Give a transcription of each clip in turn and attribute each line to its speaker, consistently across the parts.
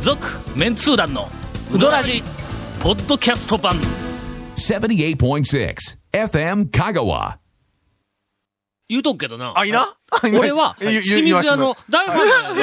Speaker 1: 続メンツー団のウドラジポッドキャスト版
Speaker 2: 78.6 FM Kagawa.
Speaker 1: 言うとくけどな
Speaker 3: あ、いな
Speaker 1: 俺は
Speaker 3: 言う言う
Speaker 1: 清水
Speaker 3: 言わして
Speaker 1: 屋
Speaker 3: も
Speaker 1: の大ファンだ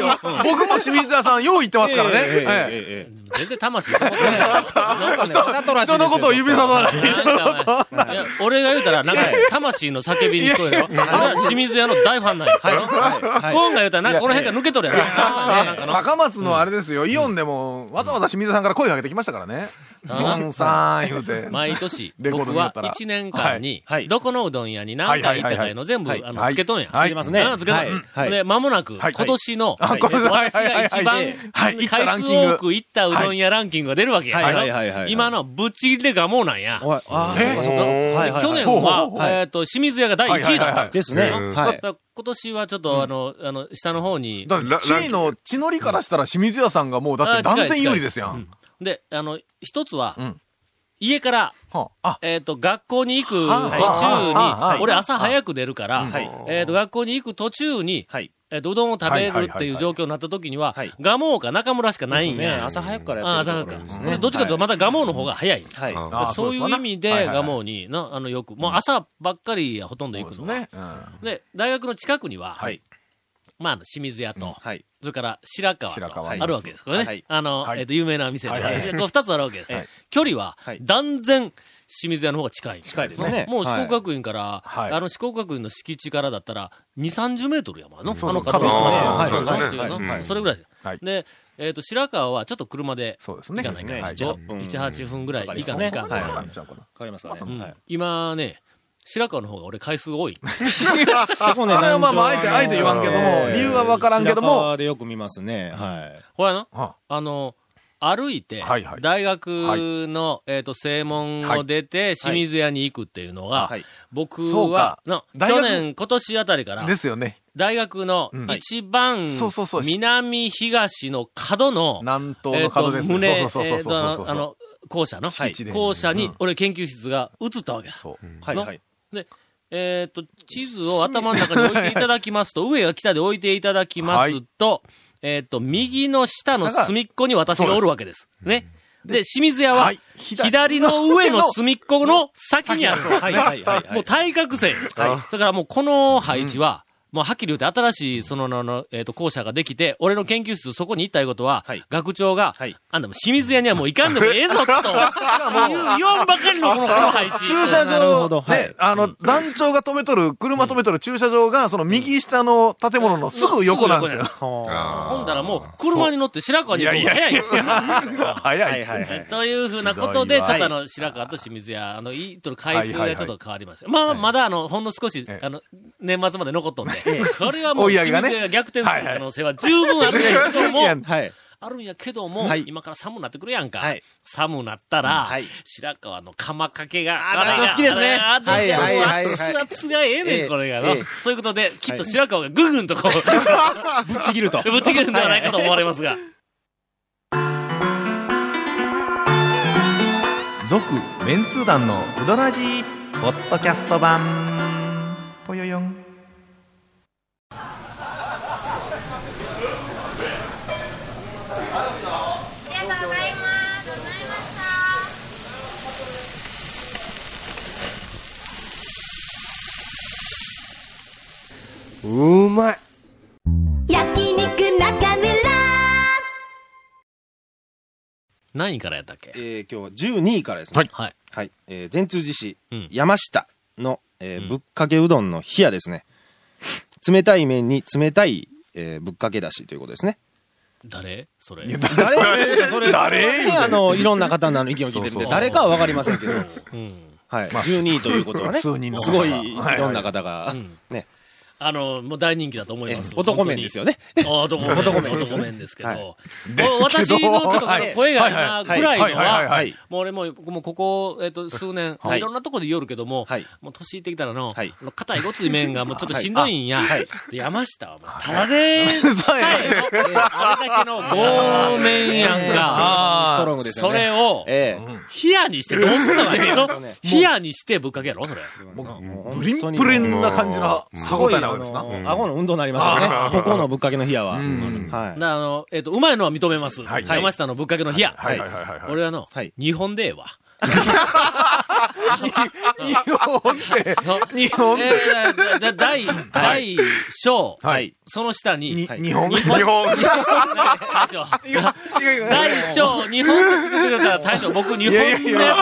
Speaker 1: よ
Speaker 3: 僕も清水屋さん、よう言ってますからね。ええ
Speaker 4: ええ
Speaker 1: 全然魂こもってないなんかね
Speaker 4: わざとらしいですよ
Speaker 3: 人のことを指ささない。
Speaker 1: なんかお前いや俺が言うたら、なんかね、魂の叫びに聞こえるよ。俺は清水屋の大ファンなんや。ゴンが言うたら、なんかこの辺が抜けとるやろ。なんかの
Speaker 3: 高松のあれですよ、イオンでも、わざわざ清水さんから声かけてきましたからね。
Speaker 1: あ
Speaker 3: イオンさん、言うて。
Speaker 1: 毎年、
Speaker 3: レコード
Speaker 1: 僕
Speaker 3: によ
Speaker 1: は
Speaker 3: ったら
Speaker 1: 1年間に
Speaker 4: はいは、い
Speaker 1: どこのうどん屋に何回行ったかいうの全部、
Speaker 4: はいは
Speaker 1: あ
Speaker 4: いはい
Speaker 1: の、つけとんや。
Speaker 3: はい
Speaker 4: いきますね。
Speaker 1: あつけとん
Speaker 4: はいはい
Speaker 1: で、まもなく、今
Speaker 3: はい
Speaker 1: 年の、
Speaker 3: あこれ
Speaker 1: 私が一
Speaker 3: は
Speaker 1: 番
Speaker 3: いはいはい
Speaker 1: 回数多く行ったうどん屋ランキングが出るわけや。
Speaker 4: はいはいはいはいはい
Speaker 1: 今のぶっちぎりでガモなんや。
Speaker 4: おいああ、そうかそうか。はいはい
Speaker 1: 去年
Speaker 3: ほうほう
Speaker 1: は
Speaker 3: ほう、
Speaker 1: えっと、清水屋が第1位だった。
Speaker 4: ですね。は
Speaker 1: だ
Speaker 4: い
Speaker 1: か。ら今年はちょっと、あの、あの、下の方に、
Speaker 3: だって
Speaker 5: ラ
Speaker 3: 地位の地の利からしたら清水屋さんがもうだって断然有利ですや
Speaker 1: うん
Speaker 3: ん。
Speaker 1: で、あの、一つは、
Speaker 3: うん
Speaker 1: 家から、
Speaker 3: はああ、
Speaker 1: えっ、と、学校に行く途
Speaker 3: はあはあは
Speaker 1: 中
Speaker 3: あ
Speaker 1: に、俺朝早く出るから、
Speaker 4: はい
Speaker 1: えっ、と、学校に行く途中に、
Speaker 4: はい。
Speaker 1: えっ、と、うどんを食べるっていう状況になった時には、ガモか中村しかないん
Speaker 4: ね。
Speaker 1: や。
Speaker 4: 朝早くから
Speaker 1: あ
Speaker 4: やって
Speaker 1: 朝早
Speaker 4: るとこ
Speaker 1: く
Speaker 4: ろです
Speaker 1: か。
Speaker 4: ね。
Speaker 1: どっちかというと、またガモの方が早い。
Speaker 4: はい。はい。
Speaker 3: あ
Speaker 1: そういう意味で、ガモ
Speaker 3: う
Speaker 1: に、な、あの、よく、もう朝ばっかりやほとんど行くのは。
Speaker 3: ね。うん
Speaker 1: で、大学の近くには、
Speaker 4: はい。
Speaker 1: まああの、清水屋と、
Speaker 4: はい。
Speaker 1: それから白川
Speaker 3: 白
Speaker 1: と
Speaker 3: 川
Speaker 1: あるわけですからね。
Speaker 4: はい
Speaker 1: あの、
Speaker 3: はい
Speaker 1: えっ、と、有名な店で、
Speaker 3: はいはい
Speaker 1: こう二つあるわけです。
Speaker 4: はい
Speaker 1: 距離は
Speaker 4: はい、
Speaker 1: 断然、清水屋の方が近い。
Speaker 4: 近いですね
Speaker 1: もう四国学院から、
Speaker 3: はい
Speaker 1: あの四国学院の敷地からだったら、2、30メートルやもんの。
Speaker 3: そうそう
Speaker 1: あの
Speaker 3: 角ですね
Speaker 1: は
Speaker 4: はいい
Speaker 1: そうそうっていう
Speaker 4: はい
Speaker 1: の
Speaker 4: はい
Speaker 1: それぐらいです。
Speaker 3: はい
Speaker 1: で、えっ、と、白川はちょっと車で
Speaker 3: そうです
Speaker 1: 行
Speaker 3: ね。
Speaker 1: かないか
Speaker 3: は
Speaker 1: ら、
Speaker 3: い
Speaker 1: ちょ
Speaker 4: 18分
Speaker 1: 7、8分ぐらい行かないかん
Speaker 4: はい
Speaker 3: なんちゃうかな
Speaker 4: わかりますか
Speaker 1: う
Speaker 4: ね。は
Speaker 1: ん
Speaker 4: い。
Speaker 1: 今ね、白川の方が俺回数多い。
Speaker 4: そこね
Speaker 3: あれはまあまああえてあえて言わんけども理由はわからんけども
Speaker 4: 白川でよく見ますね。はい。
Speaker 1: ほらな、
Speaker 3: は
Speaker 1: あの、歩いて
Speaker 3: はいは、い
Speaker 1: 大学の、えっと、正門を出て、清水屋に行くっていうのが
Speaker 4: はい、
Speaker 1: 僕
Speaker 3: そう
Speaker 1: は
Speaker 3: か、
Speaker 1: な
Speaker 3: 大
Speaker 1: 去
Speaker 3: 学
Speaker 1: 年、今年あたりから
Speaker 3: で、すよね。
Speaker 1: 大学の
Speaker 3: うん
Speaker 1: 一番
Speaker 3: そうそうそう
Speaker 1: 南東の角の、
Speaker 3: 南東
Speaker 1: え
Speaker 3: の
Speaker 1: っと
Speaker 3: 角ですね。
Speaker 1: 胸、えっ
Speaker 3: そうそうそうそうそうそう
Speaker 1: とあの、校舎の、
Speaker 3: 敷地で
Speaker 1: 校舎に、俺研究室が移ったわけだ。
Speaker 3: そう。
Speaker 4: はいはい。
Speaker 1: で、えっ、と、地図を頭の中に置いていただきますと、上が北で置いていただきます と、えっ、と、右の下の隅っこに私がおるわけです。ね。で、清水屋は
Speaker 3: はい、左
Speaker 1: 左の上の隅っこの先にある。
Speaker 4: はいはいはい。
Speaker 1: もう対角線。だからもうこの配置は、もうはっきり言って新しい、その、の、の、えっ、と、校舎ができて、俺の研究室そこに行ったいうことは、
Speaker 4: はい
Speaker 1: 学長が、
Speaker 4: はい
Speaker 1: あんたもう清水屋にはもう行かんでもええぞ、 と。いう言わんばかりのこのこの配置。
Speaker 3: 駐車
Speaker 4: なるほ
Speaker 3: 場
Speaker 4: ど、はい
Speaker 3: ね、あの、団長が止めとる、車止めとる駐車場が、その右下の建物のすぐ横なんですよ。
Speaker 1: ほんだらもう、車に乗って白川に行くのが早い。
Speaker 3: 早い。
Speaker 4: はいはい。
Speaker 1: というふうなことで、ち
Speaker 3: ひどい
Speaker 1: ょ
Speaker 3: わ
Speaker 1: っとあの、白川と清水屋、あの、いいとる回数
Speaker 3: はいは
Speaker 1: が
Speaker 3: い
Speaker 1: ち
Speaker 3: は
Speaker 1: ょ
Speaker 3: い
Speaker 1: っと変わりますよ。まあ、まだあの、ほんの少し、あの、年末まで残っとんで、これはもう、
Speaker 3: 追い
Speaker 1: 清
Speaker 3: 上げがね
Speaker 1: 水屋が逆転する可能性は十分 あるんやけども、
Speaker 4: はい。
Speaker 1: あるんやけども
Speaker 4: はい、
Speaker 1: 今から寒くなってくるやんか
Speaker 4: はい。
Speaker 1: 寒なったら
Speaker 4: はい、
Speaker 1: 白川の釜かけが、
Speaker 4: ー団長好きですね
Speaker 1: あれがあれが
Speaker 4: はいはいはいはい
Speaker 1: もう熱々がええね
Speaker 4: え
Speaker 1: ん、
Speaker 4: え
Speaker 1: これが
Speaker 4: え
Speaker 1: の
Speaker 4: え。
Speaker 1: ということで、きっと白川がぐぐんとこう、
Speaker 4: ぶっちぎると。
Speaker 1: ぶち切るんではないかと思われますが。
Speaker 3: 続、メンツー団のうどらじポッドキャスト版。ぽよよん。
Speaker 6: うまい
Speaker 7: 焼肉中村
Speaker 1: 何位からやったっけ
Speaker 4: えー今日は12位からですね。
Speaker 1: はい。
Speaker 4: はい。えー善通寺市
Speaker 1: うん
Speaker 4: 山下の、えーぶっかけうどんの冷やですね。冷たい麺に冷たい、えーぶっかけだしということですね。
Speaker 1: 誰それ。
Speaker 4: 誰それ
Speaker 3: 誰
Speaker 4: それねあの、いろんな方の意見を聞いてるんで、誰かはわかりません けど、
Speaker 1: うん。
Speaker 4: はい。12位ということはね、
Speaker 3: 数人の
Speaker 4: すごい、いろんな方が、ね、
Speaker 1: あの、もう大人気だと思います。
Speaker 4: 男麺ですよね。
Speaker 1: 本当に。あ男麺。男
Speaker 4: 男
Speaker 1: 麺
Speaker 4: 麺
Speaker 1: で
Speaker 4: ですす
Speaker 1: け
Speaker 4: よ
Speaker 1: ど。
Speaker 4: ね
Speaker 1: もう私のちょっとこの声が今ぐらいの
Speaker 3: はいはいはい
Speaker 1: は、
Speaker 3: は
Speaker 1: もう俺も、もうここ、えっと、数年、
Speaker 4: はい
Speaker 1: いろんなとこで言おるけども
Speaker 4: はい、
Speaker 1: もう年いってきたらの、
Speaker 4: はい
Speaker 1: あの硬いごつい麺がもうちょっとしんどいんや
Speaker 4: はい。
Speaker 1: で山下はもう、ただでさえの、あれだけの豪麺やん
Speaker 4: あーストロン
Speaker 1: か、
Speaker 4: グですよ
Speaker 1: そ
Speaker 4: ね
Speaker 1: れを、
Speaker 4: え
Speaker 1: 冷やにしてどうすんのかね
Speaker 4: ね
Speaker 1: 冷やにしてぶっかけやろそれ。
Speaker 4: えもう
Speaker 3: プリンプリンな感じの
Speaker 5: うん
Speaker 3: 歯応えなわことですな
Speaker 4: あの顎の運動になりますよね。ここのぶっかけの冷やは。
Speaker 3: ん
Speaker 4: はい。
Speaker 1: なあの、えっ、と、うまいのは認めます。
Speaker 5: はい
Speaker 1: 山下のぶっかけの冷や。
Speaker 5: はいはいはいはい。
Speaker 1: 俺はの、
Speaker 4: はい
Speaker 1: 日本でええわ。
Speaker 3: 日本で、日本で、
Speaker 1: えーだだ大、大、小、
Speaker 4: はい。
Speaker 1: その下に、
Speaker 4: はい
Speaker 3: 日本で、
Speaker 5: 日本
Speaker 1: 大小、大小、日本で作ってくれたら大将、僕日本
Speaker 3: やい
Speaker 1: で
Speaker 3: やいや、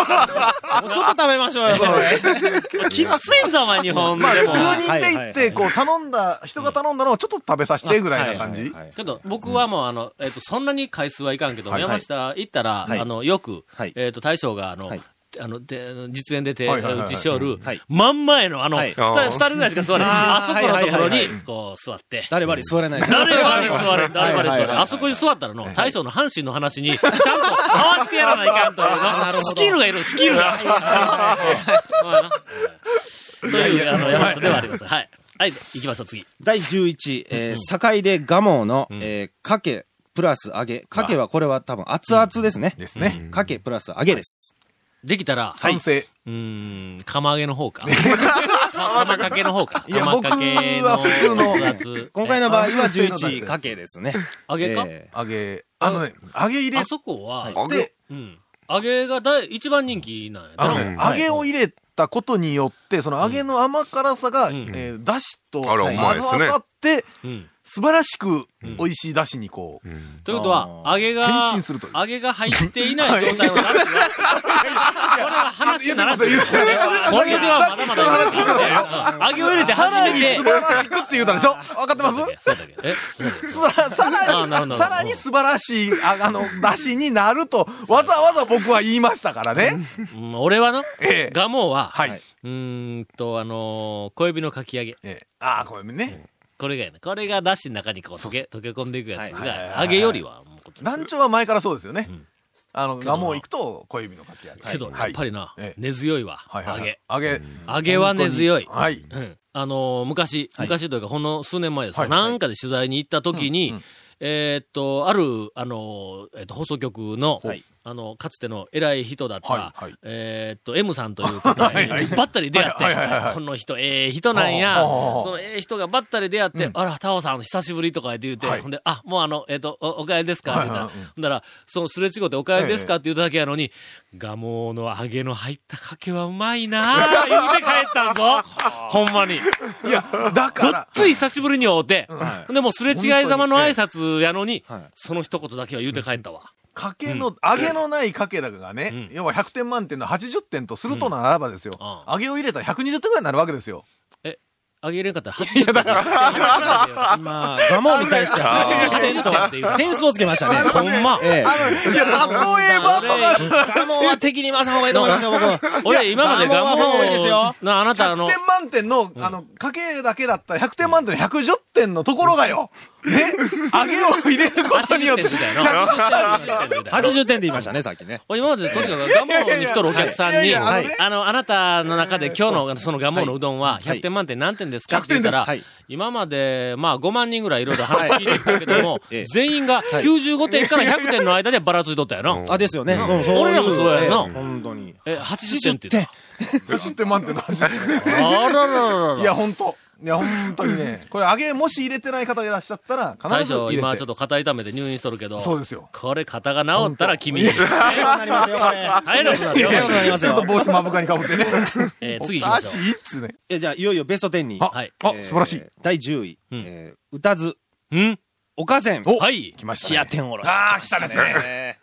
Speaker 4: もうちょっと食べましょうよ、それ。
Speaker 1: きっついんだお前日本で
Speaker 3: まあ、
Speaker 1: も。
Speaker 3: 数人で
Speaker 4: は
Speaker 3: 行
Speaker 4: いは
Speaker 3: っ
Speaker 4: いは
Speaker 3: て、
Speaker 4: い
Speaker 3: こう、頼んだ、人が頼んだのをちょっと食べさせてぐらいな感じ
Speaker 4: はいはいはい
Speaker 1: けど、僕はもう、あの、えっ、と、そんなに回数はいかんけど、
Speaker 5: はい
Speaker 1: 山下行ったら、
Speaker 4: はい
Speaker 1: あの、よく、
Speaker 4: はい
Speaker 1: えっ、と、大将が、あの、
Speaker 4: はい
Speaker 1: あの、で、実演出て、
Speaker 5: はいはいはいは
Speaker 1: う
Speaker 5: い
Speaker 1: ちしおる、
Speaker 4: はい
Speaker 1: 真ん前の、あの、
Speaker 4: はい
Speaker 1: 二人、二人ぐらいしか座れない。あ
Speaker 4: あー
Speaker 1: そこのところ
Speaker 4: はいはい
Speaker 1: に
Speaker 4: は、
Speaker 1: こう、座って。
Speaker 4: 誰ばり座れないです
Speaker 1: 誰まで座れ、誰まで座
Speaker 4: はいはい
Speaker 1: れ。
Speaker 4: はいはい
Speaker 1: あそこに座ったらの、大将の阪神の話に、ちゃんと合わせてやらないかんというの、スキルがいる、スキルが。という、あの、山下ではあります。はい。はい、行きましょう、次。
Speaker 4: 第11、えー、堺で蒲生の、えー、かけプラス揚げ。かけはこれは多分熱々ですね。
Speaker 3: ですね。
Speaker 4: かけプラス揚げです。
Speaker 1: できたら、
Speaker 3: 賛成。
Speaker 1: うーん、釜揚げの方か。か釜かけの方か。
Speaker 3: いや
Speaker 1: 釜かけ
Speaker 3: 僕は普通の
Speaker 1: 熱々
Speaker 4: 今回の場合は
Speaker 3: あ
Speaker 4: 11かけですね。
Speaker 1: 揚げか
Speaker 4: え
Speaker 3: 揚げ、あのね、揚げ入
Speaker 1: え
Speaker 3: れ
Speaker 1: あそこは、
Speaker 3: て、で
Speaker 1: うん。揚げが大、一番人気なんや
Speaker 5: あ
Speaker 1: な
Speaker 5: のね
Speaker 3: 揚げを入れたことによって、その揚げの甘辛さが、
Speaker 1: ん
Speaker 3: えー、だしと
Speaker 5: あら
Speaker 3: はい
Speaker 5: うまい
Speaker 3: 混ざ
Speaker 5: ですね
Speaker 3: さって、
Speaker 1: うん。
Speaker 3: 素晴らしく美味しいだしにこう、
Speaker 1: ということは、揚げが
Speaker 3: 変身するとい、う
Speaker 1: 揚げが入っていない状態の出汁は、これは話にならず、これ
Speaker 3: 言ってください言ってください
Speaker 1: はまだまだですから揚げを入れて
Speaker 3: さら
Speaker 1: 初
Speaker 3: に
Speaker 1: め
Speaker 3: 素
Speaker 1: て、
Speaker 3: 晴らしくって言 うたでしょわかってま
Speaker 1: そうだっけ
Speaker 3: す
Speaker 1: そうだっけえ
Speaker 3: すらさ
Speaker 1: あなる
Speaker 3: ら
Speaker 1: ほど
Speaker 3: に、さらに素晴らしい、ああの、だしになると、わざわざ僕は言いましたからね。
Speaker 1: うん俺はの、
Speaker 3: ええ
Speaker 1: ガモは、
Speaker 3: はい。
Speaker 1: うーんと、あのー、小指のかき揚げ。
Speaker 3: ええああ、これね。
Speaker 1: これがやな。これがだしの中にこう溶け、溶け込んでいくやつ
Speaker 4: はい
Speaker 3: はい
Speaker 1: が、
Speaker 3: はい
Speaker 1: 揚げよりは、もうこっち
Speaker 3: 難聴は前からそうですよね
Speaker 1: ん。
Speaker 3: あの、ガモ行くと小指のかき揚げ。
Speaker 1: けど、
Speaker 3: は
Speaker 1: や
Speaker 3: い
Speaker 1: っぱりな
Speaker 3: え、え
Speaker 1: 根強いわ、
Speaker 3: はいはい
Speaker 1: 揚
Speaker 3: はい
Speaker 1: げ。
Speaker 3: 揚げ。
Speaker 1: 揚げは根強い。
Speaker 3: はい。
Speaker 1: うんあのー昔、昔というか、ほんの数年前ですか、
Speaker 3: はいはい
Speaker 1: なんかで取材に行った時に、えーっと、ある、あのーえーっと、放送局の、
Speaker 4: はい
Speaker 1: あの、かつての偉い人だった、
Speaker 3: はいはい
Speaker 1: えーっと、M さんという方に、ばったり出会って、
Speaker 3: はいはいはいはい
Speaker 1: この人、ええ人なんや、
Speaker 3: ああああ
Speaker 1: そのええ人がばったり出会って、あら、タオさん、久しぶりとか言って言って、
Speaker 3: はい
Speaker 1: ほんで、あ、もうあの、えーっと、おお帰りですかって言ったら、
Speaker 3: はいはいはい
Speaker 1: ほんだら、そのすれ違ってお帰りですかって言っただけやのに、ガモの揚げの入ったかけはうまいなぁ、言うて帰ったんぞ。ほんまに。
Speaker 3: いや、
Speaker 1: ご
Speaker 3: だか
Speaker 1: っ
Speaker 3: ら、
Speaker 1: つい久しぶりに会うて、
Speaker 4: は
Speaker 1: ほんでもうすれ違いざまの挨拶やのに
Speaker 4: はい、
Speaker 1: その一言だけは言うて帰ったわ。
Speaker 3: かけの、揚げのないかけだがね、
Speaker 1: うん
Speaker 3: 要は100点満点の80点とするとならばですよ、
Speaker 1: うん
Speaker 3: 揚げを入れたら120点ぐらいになるわけですよ。
Speaker 1: 揚げれんかったら、いやだから、
Speaker 4: ーまあ、蒲生に対しては80点
Speaker 1: あれ
Speaker 4: と点数をつけましたね。
Speaker 1: ほんま。
Speaker 4: ええ
Speaker 3: あの、いや、例えばとか、
Speaker 4: 蒲生は敵に回さん方がいいと思いますよ、僕。
Speaker 1: 俺今までガモ
Speaker 4: ガモ多いですよ
Speaker 1: のあなたあ
Speaker 3: 100
Speaker 1: の、
Speaker 3: 点満点の、あの、家計だけだったら100点満点の110点のところがよ、ね、揚げを入れることに
Speaker 1: 80
Speaker 3: よっ
Speaker 1: 点
Speaker 3: て、
Speaker 1: みたいな。80点みたいな
Speaker 4: 80点って言いましたね、さっきね。
Speaker 1: 俺今までとにかくガモに来とるお客さん
Speaker 3: いやい
Speaker 1: に、
Speaker 3: や
Speaker 1: は
Speaker 3: あのね
Speaker 1: いあの、あなたの中で今日のそのガモのうどんは
Speaker 4: はい
Speaker 1: 100点満点何点ですかって言ったら
Speaker 4: 100点ですは、
Speaker 1: 今まで、まあ5万人ぐらいいろいろ話聞いてきたけども
Speaker 4: ええ、
Speaker 1: 全員が95点から100点の間でばらついとったよな。
Speaker 4: あ、ですよね。そうそういう。
Speaker 1: 俺らもそうやな
Speaker 4: ええ本当に。
Speaker 1: え、80点って言っ
Speaker 3: 110点満点の80
Speaker 1: た。あららららら。
Speaker 3: 点。いや、ほんと。いや、ほんとにね、これ揚げもし入れてない方がいらっしゃったら、
Speaker 1: 大
Speaker 3: 必ず
Speaker 1: 将、
Speaker 3: 入れて。
Speaker 1: 今ちょっと肩痛めて入院しとるけど。
Speaker 3: そうですよ
Speaker 1: これ肩が治ったら君に。
Speaker 4: なりますよ、これ。
Speaker 1: 体力なんだよ
Speaker 4: 体力になります
Speaker 3: ちょっと
Speaker 4: よ。
Speaker 3: 帽子真ぶかにかぶってね。
Speaker 1: えー次行
Speaker 3: お
Speaker 1: きま
Speaker 3: か
Speaker 1: し
Speaker 3: し
Speaker 1: ょう。
Speaker 3: いっつね。
Speaker 4: えじゃあ、いよいよベスト10に。
Speaker 3: あ、
Speaker 1: はい
Speaker 3: あ
Speaker 4: え、ー
Speaker 3: 素晴らしい。。
Speaker 4: 第10位。
Speaker 1: うん
Speaker 4: えー歌ず、
Speaker 1: うん
Speaker 4: おかせん、
Speaker 3: お
Speaker 1: はい。
Speaker 3: 来ました
Speaker 4: 冷
Speaker 3: ね。
Speaker 4: や天おろし。
Speaker 3: ああ、来たですね。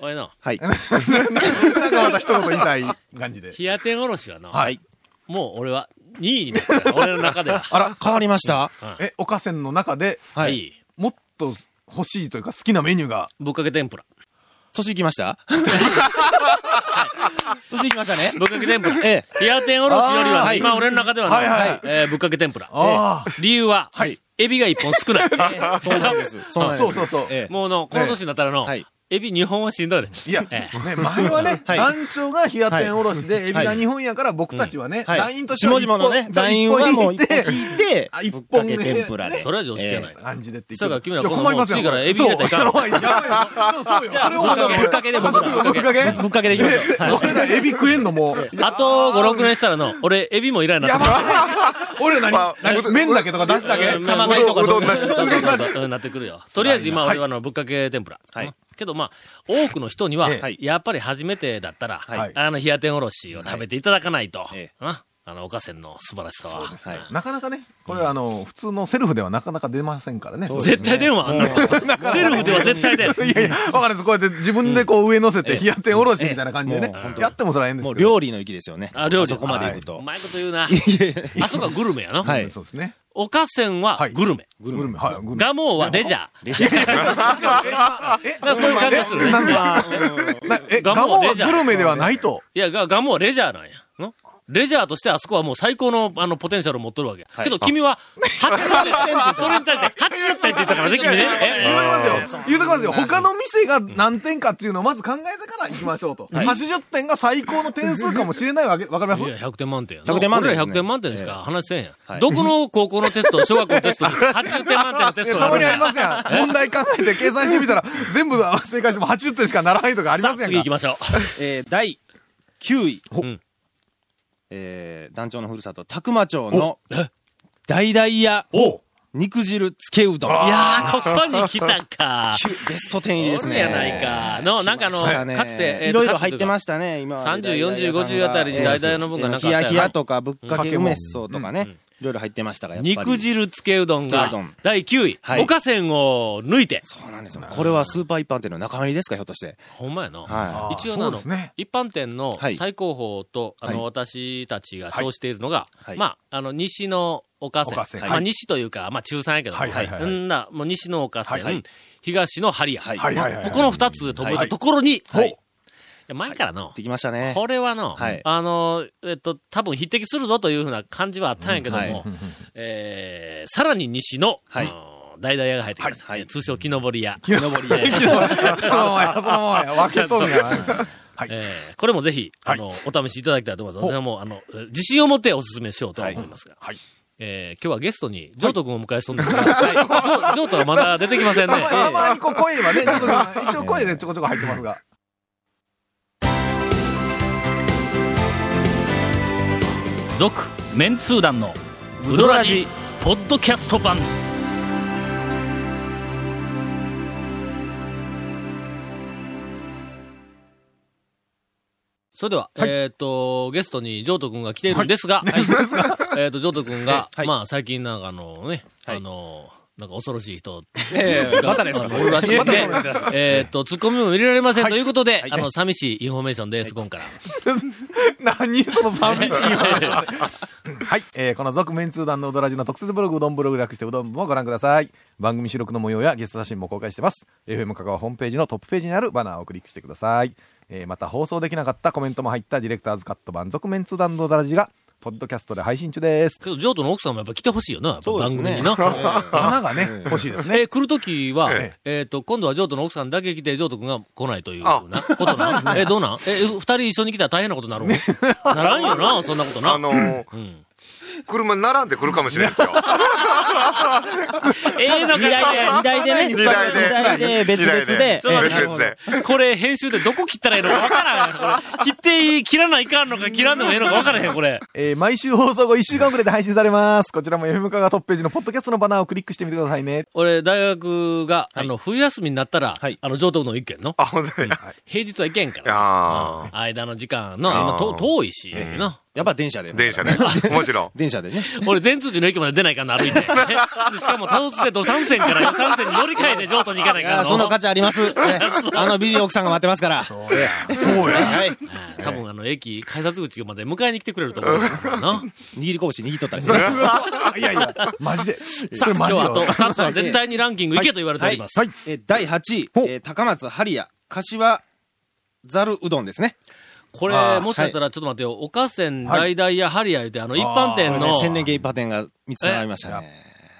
Speaker 1: おいの、
Speaker 4: はい。
Speaker 3: なんかまた一言言いたい感じで。
Speaker 1: 冷や天おろしはな、
Speaker 4: はい。
Speaker 1: もう俺は2位になったよ俺の中では。
Speaker 4: あら、変わりました
Speaker 3: え、おかせんの中で、
Speaker 1: は
Speaker 4: はいい。
Speaker 3: もっと欲しいというか好きなメニューが、
Speaker 1: ぶっかけ天ぷら。
Speaker 4: 年いきました 年いきましたね。
Speaker 1: ぶっかけ天ぷら。
Speaker 4: ええ
Speaker 1: 冷や天おろしより
Speaker 3: あー
Speaker 1: は、
Speaker 3: はい
Speaker 1: 今俺の中では
Speaker 3: はいはいは
Speaker 1: ね
Speaker 3: い、
Speaker 1: えーぶっかけ天ぷら。
Speaker 3: あ
Speaker 1: 理由は、
Speaker 3: はい
Speaker 1: エビが一本少ない。
Speaker 4: そうなんです。そうなんです。
Speaker 3: そうそうそう
Speaker 4: ええ
Speaker 1: もうの、この年になったらの、
Speaker 4: はい
Speaker 1: エビ2本はしんどいね。
Speaker 3: いや、
Speaker 1: え
Speaker 3: ね、前はね、
Speaker 4: はい
Speaker 3: 団長が冷や天おろしで、エビが
Speaker 4: はい
Speaker 3: 日本やから僕たちはね、
Speaker 4: はい
Speaker 3: 団員としては
Speaker 4: 下
Speaker 3: 一
Speaker 4: 々
Speaker 3: 本
Speaker 4: のね、団員はもう一個聞いて
Speaker 3: あ、
Speaker 4: ぶ
Speaker 3: 一
Speaker 4: っ
Speaker 3: 本
Speaker 4: かけ天ぷらで。
Speaker 1: それは常識やない
Speaker 4: え
Speaker 1: か。
Speaker 3: 感じでって
Speaker 1: そうか君ら
Speaker 3: いや困りますよ。
Speaker 1: このもう次からエビ入れたらい
Speaker 3: そうやばいよそうそうよ。それを
Speaker 1: ぶっかけぶっかけでもぶっかけ
Speaker 3: ぶっかけ
Speaker 4: ーぶっかけでいき ましょう。はい
Speaker 3: 俺らエビ食えんのもう。
Speaker 1: あと5、6年したらの、俺、エビもいらんな
Speaker 3: や
Speaker 1: って。
Speaker 3: ばい。俺ら
Speaker 5: まあ
Speaker 3: 何麺だけとか出汁だけ
Speaker 1: うん
Speaker 4: 卵とか
Speaker 5: うどんなし。
Speaker 1: そうそうそうそうなってくるよ。とりあえず今俺はあの、ぶっかけ天ぷら。
Speaker 4: はい
Speaker 1: うんけどまあ、多くの人には
Speaker 4: ええ、
Speaker 1: やっぱり初めてだったら
Speaker 4: はい、
Speaker 1: あの、冷や天おろしを食べていただかないと
Speaker 4: ええ。
Speaker 1: ああの、おかせんの素晴らしさは。
Speaker 4: はい
Speaker 3: なかなかね、これはあの、普通のセルフではなかなか出ませんからね。
Speaker 1: 絶対電話あんなのセルフでは絶 対で。
Speaker 3: いやいや、わかるんです。こうやって自分でこう上乗せて、冷や天おろしみたいな感じで
Speaker 4: え
Speaker 3: ね
Speaker 4: えもう本。当
Speaker 3: やってもそれはええんで
Speaker 4: も
Speaker 3: す
Speaker 4: う
Speaker 3: けど。
Speaker 4: 料理の域ですよね。
Speaker 1: あ、料理。
Speaker 4: そこまで行くと
Speaker 1: う。まいこと言うな。
Speaker 4: いやいやいや
Speaker 1: あそこはグルメやの。
Speaker 4: はい
Speaker 3: そうですね。
Speaker 1: おかせんはグルメ。
Speaker 3: グルメ。はい、グルメ。
Speaker 1: ガモーはレジャー。
Speaker 4: レジャー
Speaker 1: だか
Speaker 3: え
Speaker 1: らそういう感じするね
Speaker 3: えなんで
Speaker 4: は
Speaker 3: なえ、
Speaker 1: ガ
Speaker 3: ガ
Speaker 1: モ
Speaker 3: モ
Speaker 1: はレ
Speaker 3: は
Speaker 1: ジャ
Speaker 3: グ
Speaker 1: ー
Speaker 3: ルメではないと。
Speaker 1: いや、がガモはレジャーなんや。んレジャーとしてあそこはもう最高のあのポテンシャルを持っとるわけ。
Speaker 4: はい
Speaker 1: けど君は80点、それに対して80点って言 ったからね、君ね。
Speaker 3: 言うとき
Speaker 1: え
Speaker 3: ますよ。言うときますよ。他の店が何点かっていうのをまず考えてから行きましょうと。80点が最高の点数かもしれないわけ、わかります
Speaker 1: いや、100点満点や。
Speaker 4: 100点満点で
Speaker 1: 俺
Speaker 4: すね
Speaker 1: ら100点満点ですから、話せんや、
Speaker 4: はい
Speaker 1: どこの高校のテス ト、小学校のテストに80点満点のテス
Speaker 3: え
Speaker 1: ト
Speaker 3: た
Speaker 1: があ
Speaker 3: ま
Speaker 1: るん
Speaker 3: にあ
Speaker 1: や
Speaker 3: りますやん。問題考えて計算してみたら、全部正解しても80点しかならないとかあり
Speaker 1: さ
Speaker 3: ま
Speaker 1: あ、
Speaker 3: せん
Speaker 1: 次行
Speaker 3: か
Speaker 1: きましょう。
Speaker 4: えー第9位
Speaker 1: ん。
Speaker 4: えー団長のふるさと、宅間町の、大々屋、肉汁つけうどん。
Speaker 1: いやー、ここに来たか。
Speaker 4: きゅベスト10入りです
Speaker 1: そ
Speaker 4: ね。
Speaker 1: れやないか。の、なんかあの、かつて、
Speaker 4: いろいろ入って
Speaker 1: す
Speaker 4: ましたね、今。
Speaker 1: 30 40 50あたりに大々の分がなかったよ
Speaker 4: ヒ
Speaker 1: な
Speaker 4: ヤヒヤとか、ぶっかけ梅っそうとかね、いろいろ入ってましたが、やっぱり
Speaker 1: 肉。汁つけうどん
Speaker 4: つけうど
Speaker 1: が
Speaker 4: ん、
Speaker 1: 第9位、
Speaker 4: はい
Speaker 1: おかせんを抜いて。
Speaker 4: そうなんですよ。これはスーパー一般店の中入りですか、ひょっとして。
Speaker 1: ほんまやな。
Speaker 4: は
Speaker 1: 一応な
Speaker 3: そ
Speaker 1: あ
Speaker 3: う
Speaker 1: の、
Speaker 3: ですね
Speaker 1: 一般店の
Speaker 4: はい
Speaker 1: 最高峰と、あの、
Speaker 4: はい
Speaker 1: 私たちが称しているのが、
Speaker 4: はい
Speaker 1: まあ、あの、西のおかせん。
Speaker 3: おかせん
Speaker 1: ま
Speaker 3: は
Speaker 1: あ、
Speaker 3: い
Speaker 1: 西というか、まあ、中山やけど、
Speaker 3: はいはいはいはい
Speaker 1: んな、もう西のおかせん、
Speaker 3: はいはい
Speaker 1: 東の針や。
Speaker 4: はい
Speaker 3: はいはいはい
Speaker 1: もうこの二つとも
Speaker 4: は
Speaker 1: た
Speaker 4: い
Speaker 1: ところに、
Speaker 4: はい
Speaker 1: いや前からの
Speaker 4: い。、できましたね。
Speaker 1: これはの、
Speaker 4: はい
Speaker 1: あの、えっと、多分匹敵するぞというふうな感じはあったんやけども、
Speaker 4: うんはい
Speaker 1: えー、さらに西の、
Speaker 4: はい
Speaker 1: あの大々屋が入ってきました。
Speaker 4: はいはい
Speaker 1: 通称、木登り屋。
Speaker 4: 木登り屋。
Speaker 3: そのままや、そのままや。分けとるやん。はい
Speaker 1: えーこれもぜひ、あの、お試しいただきたいと思います。私はもう、あの、えー自信を持ってお勧めしようと思いますが。
Speaker 3: はいはい
Speaker 1: えー今日はゲストに、ジョート君をお迎えしとるんですが、はいジョージョートはまだ出てきませ んね
Speaker 3: た。またまにこう声はね、ちょっと一応声でちょこちょこ入ってますが。
Speaker 6: 続メンツー団のウドラジポッドキャスト版
Speaker 1: それでは、えっ、と、ゲストにジョート君が来ているんですが、えっと、ジョート君が、
Speaker 4: はい
Speaker 1: まあ、最近なんかあのね、
Speaker 4: はい
Speaker 1: あの、なんか恐ろしい人
Speaker 4: ええまたですか、そ
Speaker 1: おる
Speaker 4: れ
Speaker 1: らしいん
Speaker 4: また
Speaker 1: で
Speaker 4: それですか、
Speaker 1: えっと、ツッコミも入れられませんということで、あの、寂しいインフォメーションです、今から。
Speaker 3: 何その寂しい話はい、えーこの続面通談のうどらじの特設ブログうどんブログ略してうどんもご覧ください番組収録の模様やゲスト写真も公開してます FM 香川ホームページのトップページにあるバナーをクリックしてください、えーまた放送できなかったコメントも入ったディレクターズカット版続面通談のうどらじがポッドキャストで配信中です
Speaker 1: けど、ジョートの奥さんもやっぱ来てほしいよな、やっぱ
Speaker 4: そうで
Speaker 1: 番
Speaker 4: すね
Speaker 1: 組にな。
Speaker 3: 花がね欲しいです
Speaker 1: え
Speaker 3: ね
Speaker 1: ー来るときは、え
Speaker 3: え
Speaker 1: っ、と、今度はジョートの奥さんだけ来て、ジョート君が来ないというようなことなの。えーどうなんえー二人一緒に来たら大変なことになるもんならんよな、そんなこと
Speaker 5: あ
Speaker 1: な。
Speaker 5: のー、車並んでくるかもしれないですよ。
Speaker 1: ええなんか
Speaker 4: 二台でね。
Speaker 5: 二台で。
Speaker 4: 二台で、別々で。
Speaker 1: そうなんです
Speaker 5: 別々で。
Speaker 1: これ、編集でどこ切ったらいいのかわからんやん。これ切っていい、切らないかんのか、切らんでもええのかわからへん、これ。
Speaker 3: えー毎週放送後1週間くらいで配信されますこちらも FM 香川トップページのポッドキャストのバナーをクリックしてみてくださいね
Speaker 1: 俺、大学が、あの、冬休みになったら、
Speaker 4: はい
Speaker 1: あの、上等の一軒の。
Speaker 5: あ、本当に。
Speaker 1: 平日は行けんから。
Speaker 5: あ
Speaker 1: うん間の時間の、あんまと
Speaker 5: あー
Speaker 1: 遠いし、な。
Speaker 4: やっぱ電車で。
Speaker 5: 電 車で。もちろん。
Speaker 4: 電車でね。
Speaker 1: 俺、全通寺の駅まで出ないかんな、歩いて。でしかも、たどつで土山線から予山線に乗り換えて譲渡に行かない
Speaker 4: い
Speaker 1: か
Speaker 4: や
Speaker 1: ら。
Speaker 4: ーその価値あ ります。ねあの美人奥さんが待ってますから。
Speaker 3: そうや
Speaker 4: はい。
Speaker 1: うん多分、あの、駅、改札口まで迎えに来てくれると思うんですけどな。
Speaker 4: 握り拳握っとったりしてね。
Speaker 3: いやいやマジで
Speaker 1: さあ、今
Speaker 3: マ
Speaker 1: 日
Speaker 3: ジ
Speaker 1: は
Speaker 3: よ
Speaker 1: あと2つは絶対にランキングいけと言われております。
Speaker 4: はい。えー第8位、えー高松ハリア、柏ざるうどんですね。
Speaker 1: これ、もしかしたら、ちょっと待ってよ。おかせん、大々やハリア言うて、あの、一般店
Speaker 4: これね
Speaker 1: の、
Speaker 4: 千年芸パテンが3つ並びましたね。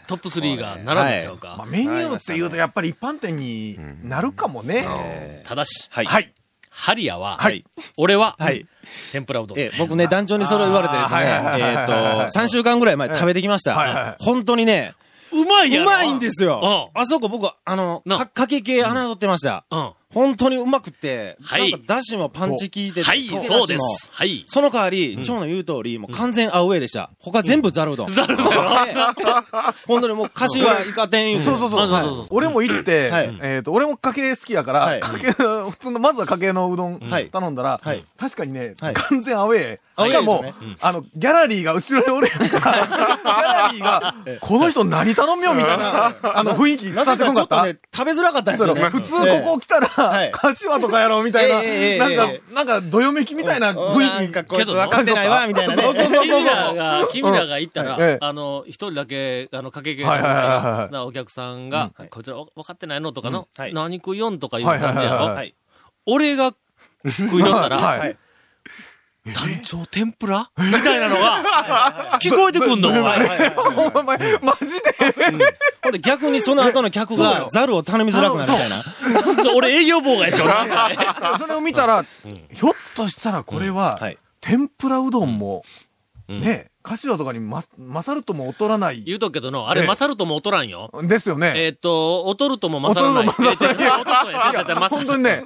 Speaker 1: トップ3が並んでちゃうか。
Speaker 3: まあ、メニューって言うとやっぱり一般店になるかもね。
Speaker 4: え
Speaker 1: ただし、
Speaker 4: はい。
Speaker 3: はい。
Speaker 1: ハリアは、
Speaker 4: はい。
Speaker 1: 俺は、
Speaker 4: はい
Speaker 1: 天ぷらうどん。
Speaker 4: えー僕ね、団長にそれを言われてですね、えっと、3週間ぐらい前食べてきまし
Speaker 3: はいはいはい
Speaker 4: た。本当にね、
Speaker 1: うまいうやろ
Speaker 4: まいんですよ。
Speaker 1: う
Speaker 4: あそこ僕、あの、
Speaker 1: な
Speaker 4: かかけ系侮ってました。
Speaker 1: ん。うん。
Speaker 4: 本当にうまくって、
Speaker 1: はい
Speaker 4: なんかだしもパンチ効いてて、
Speaker 1: はい
Speaker 4: かけ、だしも
Speaker 1: そうです。。はい。
Speaker 4: その代わり、蝶の言う通り、もう完全アウェーでした。他全部ザルうどん。
Speaker 1: ザルうどん
Speaker 4: で 本当にもう、菓子はイカ天
Speaker 3: そうそうそう。
Speaker 1: あそうそうそう
Speaker 3: 俺も行って、
Speaker 4: はい
Speaker 3: えっ、と、俺もかけ好きやから、
Speaker 4: はい
Speaker 3: かけ、普通の、まずはかけのうどん
Speaker 4: はい
Speaker 3: 頼んだら、
Speaker 4: はい
Speaker 3: 確かにね、
Speaker 4: はい
Speaker 3: 完全アウェー。
Speaker 4: アウ
Speaker 3: し
Speaker 4: ェ
Speaker 3: か
Speaker 4: ーです
Speaker 3: も、
Speaker 4: よね
Speaker 3: あの、ギャラリーが後ろに俺や からギャラリーが、この人何頼みよみたいな、あの雰囲気伝わ
Speaker 4: な
Speaker 3: って
Speaker 4: ぜ
Speaker 3: こ
Speaker 4: か
Speaker 3: ん
Speaker 4: ち
Speaker 3: かっ
Speaker 4: ょっと
Speaker 3: た。
Speaker 4: ね、食べづらか ったんですよね。
Speaker 3: 普通ここ来た
Speaker 4: は
Speaker 3: ら、
Speaker 4: い
Speaker 3: 柏とかやろみたいな、
Speaker 4: ええ
Speaker 3: なん
Speaker 4: え
Speaker 3: か、なんか、どよめきみたいな雰囲気。
Speaker 4: なんかこいつ分かってないわ、みたいなね。
Speaker 3: そうそうそう
Speaker 1: 君らが、君らが行った
Speaker 3: うんええ
Speaker 1: ら、あの、一人だけ、あの、かけ系の
Speaker 3: はいはいはいはい
Speaker 1: なお客さんが、こいつら分かってないのとかの、
Speaker 4: うんはい
Speaker 1: 何食いよんとかいう感じ
Speaker 3: はいはい
Speaker 1: や
Speaker 3: はい
Speaker 1: ろ、
Speaker 3: はい
Speaker 1: 俺が食いよったら、
Speaker 3: はい
Speaker 4: はい
Speaker 1: 団長天ぷらみたいなのが、聞こえてくんの。
Speaker 4: はいはいはい
Speaker 3: お前、マジで、
Speaker 4: ほんで逆にその後の客がザルを頼みづらくなるみたいな。
Speaker 1: そう俺営業妨害でしょ。なんか
Speaker 3: それを見たら、ひょっとしたらこれは、
Speaker 4: はい
Speaker 3: 天ぷらうどんも、
Speaker 1: ん
Speaker 3: ね、柏とかにま、勝るとも劣らない
Speaker 1: 言うとくけどの、あれ、
Speaker 3: ええ
Speaker 1: 勝るとも劣らんよ。
Speaker 3: ですよね。
Speaker 1: えっと、劣るとも勝らない。
Speaker 3: 劣るとも
Speaker 1: いやいや劣るともや絶対勝
Speaker 3: 本当にね、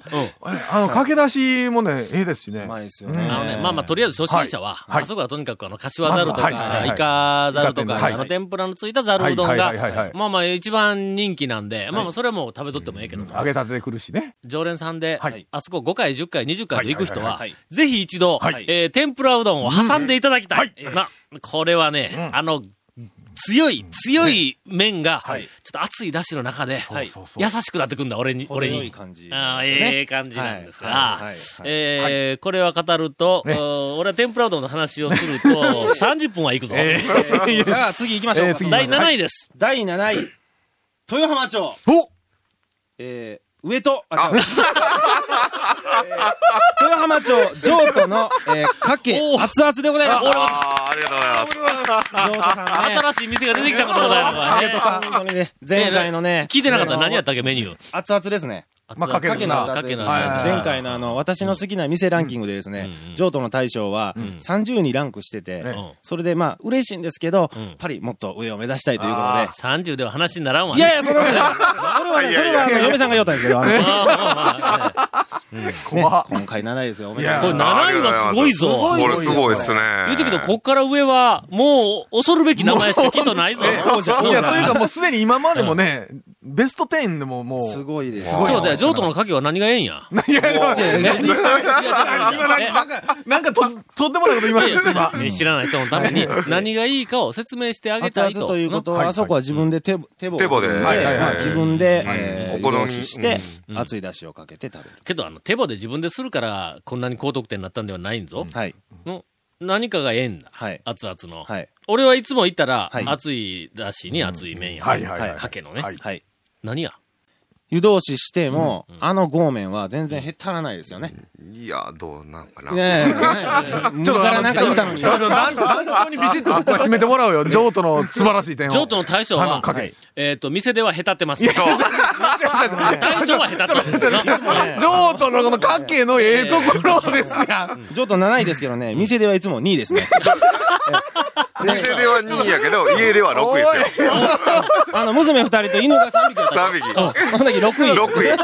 Speaker 3: あの、駆け出しもね、ええですしね。
Speaker 4: うまいですよ
Speaker 3: う
Speaker 4: ね。
Speaker 3: ん
Speaker 1: あのね、まあまあ、とりあえず初心者は、
Speaker 3: はいはい
Speaker 1: あそこはとにかくあの、柏ざると
Speaker 3: まずははいはいは
Speaker 1: か、
Speaker 3: い
Speaker 1: イカざるとか、
Speaker 3: イカ天はい
Speaker 1: あの、天ぷらのついたざるうどん
Speaker 3: はいはいはいは
Speaker 1: が
Speaker 3: い、
Speaker 1: まあまあ、一番人気なんで、まあまあ、それはもう食べとってもええけども、
Speaker 3: 揚げたてで来るしね。
Speaker 1: 常連さんで、
Speaker 3: はい
Speaker 1: あそこ5回、10回、20回と行く人は
Speaker 4: はいはいはいは、
Speaker 1: ぜひ一度、
Speaker 4: はい
Speaker 1: えー天ぷらうどんを挟んでいただきたい。な、これはね、あの、強い、強い麺が、
Speaker 4: は
Speaker 1: ち
Speaker 4: い
Speaker 1: ょっと熱い出汁の中で、
Speaker 4: はい
Speaker 3: そうそう
Speaker 1: 優しくなってくんだ、俺に、
Speaker 4: こ
Speaker 1: 俺
Speaker 4: れ良い
Speaker 1: に。
Speaker 4: 感じ
Speaker 1: あ
Speaker 4: なん
Speaker 1: あ、
Speaker 4: ですよね。
Speaker 1: ええ感じなんですが
Speaker 4: はいはいはいは、い
Speaker 1: えーこれは語ると、
Speaker 3: ね
Speaker 1: うん俺は天ぷらうどんの話をす ると、30分はいくぞ。
Speaker 3: え
Speaker 4: じゃあ次行きましょうか。
Speaker 3: えー次
Speaker 1: 第7位です。
Speaker 4: 第7位、豊浜町、
Speaker 3: えお
Speaker 4: えー、上戸、あ、違う。えー豊浜町、上都の、えー、かけ、
Speaker 1: おー
Speaker 4: 熱々でございます。上
Speaker 5: ああ、ありがとうございます。
Speaker 4: 都さんね。
Speaker 1: 新しい店が出てきたことでございますね。
Speaker 4: 本当にね、前回のね、
Speaker 1: 聞いてなかったら何やったっけ、メニュー。
Speaker 4: 熱々ですね。
Speaker 3: まあかけ
Speaker 4: かけの熱
Speaker 1: か
Speaker 4: 々
Speaker 1: け
Speaker 4: です
Speaker 1: の
Speaker 4: ね。
Speaker 1: 熱々
Speaker 4: はい前回のあの、私の好きな店ランキングでですね、上都の大将は30にランクしてて
Speaker 1: ん、
Speaker 4: それでまあ嬉しいんですけど、
Speaker 1: ん
Speaker 4: やっぱりもっと上を目指したいということで、
Speaker 1: 30では話にならんわ
Speaker 4: いやいや、そんなことない。それはね、それはあの、嫁さんが言おうたんですけど、あの、ね、
Speaker 3: 怖っ
Speaker 4: 今回7位ですよ。おめでとう
Speaker 1: これ7位はすごいぞ。
Speaker 5: これすごいですね。
Speaker 1: 言うてけど、こっから上は、もう、恐るべき名前しかきっとないぞ。
Speaker 4: 王者王
Speaker 3: いや、という
Speaker 4: 者
Speaker 3: かもうすでに今までもね、ベスト10でももう、
Speaker 4: すごいです。
Speaker 5: すごい
Speaker 1: そうだよ、譲渡の賭けは何がええんや。
Speaker 3: 今なんか、なんかと、とんでもないこと言いましたよ、今。
Speaker 1: え知らない人のために、何がいいかを説明してあげ
Speaker 4: 熱
Speaker 1: た
Speaker 4: 々
Speaker 1: いと。
Speaker 4: ということ
Speaker 3: はい
Speaker 4: は、あそこは自分で手ぼ、手棒を
Speaker 5: 手棒で
Speaker 4: 組ん
Speaker 5: はい
Speaker 3: はいはい
Speaker 4: まあ自分で、え
Speaker 5: お
Speaker 4: ー、
Speaker 5: 好
Speaker 4: 湯
Speaker 5: み
Speaker 4: 通しして、熱い出汁をかけて食べる。
Speaker 1: けど、あの、手棒で自分でするから、こんなに高得点になったんではないんぞ。
Speaker 4: はい。
Speaker 1: の何かがええんだ。
Speaker 4: はい
Speaker 1: 熱々の。
Speaker 4: はい。
Speaker 1: 俺はいつも行ったら、
Speaker 4: はい
Speaker 1: 熱いだしに熱い麺や。
Speaker 3: はいはいはい
Speaker 1: かけのね。
Speaker 3: はい
Speaker 4: はい。
Speaker 1: 何や
Speaker 4: 湯通ししても、あのゴーメンは全然減ったらないですよね。
Speaker 5: いや、どうなんかな。
Speaker 4: ねえ。無理からなんか言うたのに。
Speaker 3: 団長にビシッとここは締めてもらうよ。譲渡の素晴らしい点を。
Speaker 1: 譲渡の大将は、
Speaker 3: かけ。
Speaker 1: えっ、と、店では下手ってます。
Speaker 3: や
Speaker 1: 大将は下手ってます。
Speaker 3: 譲渡のこのかけのええところですやん。
Speaker 4: ちょっと7位ですけどね、店ではいつも2位ですね。
Speaker 5: 店では2位やけど、家では6位ですよ。
Speaker 4: あの、娘2人と犬が3匹だ った。
Speaker 5: 3匹。
Speaker 4: その時6位。
Speaker 5: 6位。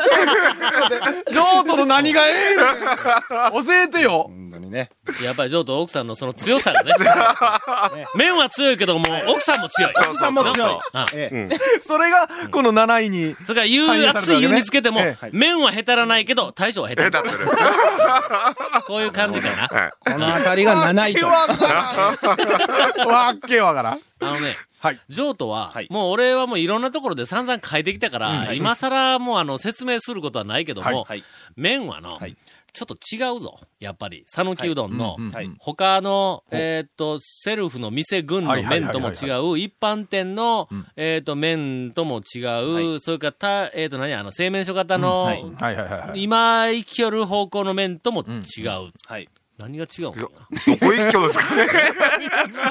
Speaker 3: 譲渡の何がええの教えてよ。
Speaker 4: 本当にね。
Speaker 1: やっぱり譲渡奥さんのその強さがね。麺は強いけども、奥さんも強い。
Speaker 5: そうそうそうそう。
Speaker 1: あ
Speaker 4: ええ
Speaker 3: それが、この7位に。
Speaker 1: それから湯、
Speaker 3: 反映されてる
Speaker 1: 熱
Speaker 3: わ
Speaker 1: い
Speaker 3: けね
Speaker 1: 湯につけても
Speaker 3: ええは、
Speaker 1: 麺は下手らないけど、大将は下
Speaker 5: 下
Speaker 1: 手。
Speaker 5: 手ってる。
Speaker 1: こういう感じかな。
Speaker 5: はい。
Speaker 4: この辺りが7位と。
Speaker 3: わからん。わっけわからん。
Speaker 1: あのね、
Speaker 3: はい
Speaker 1: 譲渡は
Speaker 4: はい、
Speaker 1: もう俺はもういろんなところで散々変えてきたから、今更もうあの説明することはないけども
Speaker 4: はいはい、
Speaker 1: 麺はの
Speaker 4: はい、
Speaker 1: ちょっと違うぞ。やっぱり、讃岐うどんの
Speaker 3: はいうんうん
Speaker 4: はい、
Speaker 1: 他の、えーっと、セルフの店群の麺とも違う、
Speaker 3: はいはい
Speaker 1: 一般店の、えーっと、麺とも違う、
Speaker 4: は
Speaker 1: それからた、えーっと、何や、あの、製麺所型の、
Speaker 4: はい
Speaker 3: はいはいはい。
Speaker 1: 今、生きよる方向の面とも違う。
Speaker 4: はい。
Speaker 1: 何が違うん
Speaker 5: いやどこ一挙ですかね
Speaker 4: 結構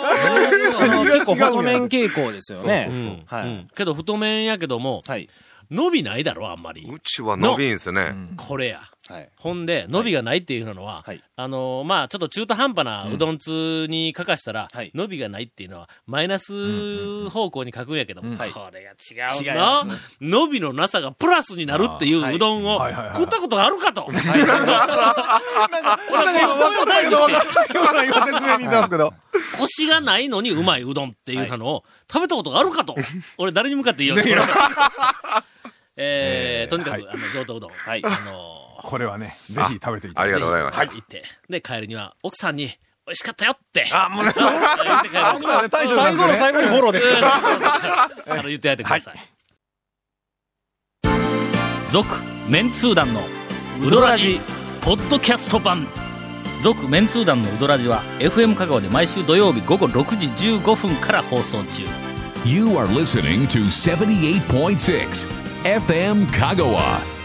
Speaker 4: 細麺傾向ですよね。
Speaker 1: うん
Speaker 4: は
Speaker 1: う
Speaker 4: い。
Speaker 1: んけど太麺やけども、
Speaker 4: はい。
Speaker 1: 伸びないだろ、あんまり。
Speaker 5: うちは伸びんすね。
Speaker 1: これや。
Speaker 4: はい。
Speaker 1: ほんで、伸びがないっていうのは、
Speaker 4: はい
Speaker 1: あのーまあ、ちょっと中途半端なうどん通に書かしたら、
Speaker 4: はい
Speaker 1: 伸びがないっていうのは、マイナス方向に書くんやけども、
Speaker 4: はい
Speaker 1: これが違う
Speaker 4: 違い
Speaker 1: な
Speaker 4: ますね
Speaker 1: 伸びのなさがプラスになるっていう
Speaker 4: あーはいう
Speaker 1: どんを
Speaker 3: はいはいはい
Speaker 1: 食ったことがあるかと。
Speaker 3: なんか今分かったけど分からないような今説明にいたんですけど。
Speaker 1: 腰がないのにうまいうどんっていうのを食べたことがあるかと。俺誰に向かって言うのえーとにかく、あの、上等うどん。
Speaker 4: はい
Speaker 1: あの
Speaker 3: これはね、ぜひ食べていた
Speaker 5: あ
Speaker 3: だ
Speaker 5: り
Speaker 3: き
Speaker 5: がとうございま
Speaker 1: ー
Speaker 5: した。
Speaker 1: 行って。で、帰りには奥さんに、美味しかったよって。
Speaker 3: あ、もうね、
Speaker 1: 言って帰る
Speaker 3: 奥さんね、大将なんで
Speaker 4: 最後の最後にフォローですから。
Speaker 1: あの、言ってやってください。
Speaker 6: 続メンツー団のウドラジポッドキャスト版続メンツー団のウドラジは FM 香川で毎週土曜日午後6時15分から放送中
Speaker 2: You are listening to 78.6 FM Kagawa.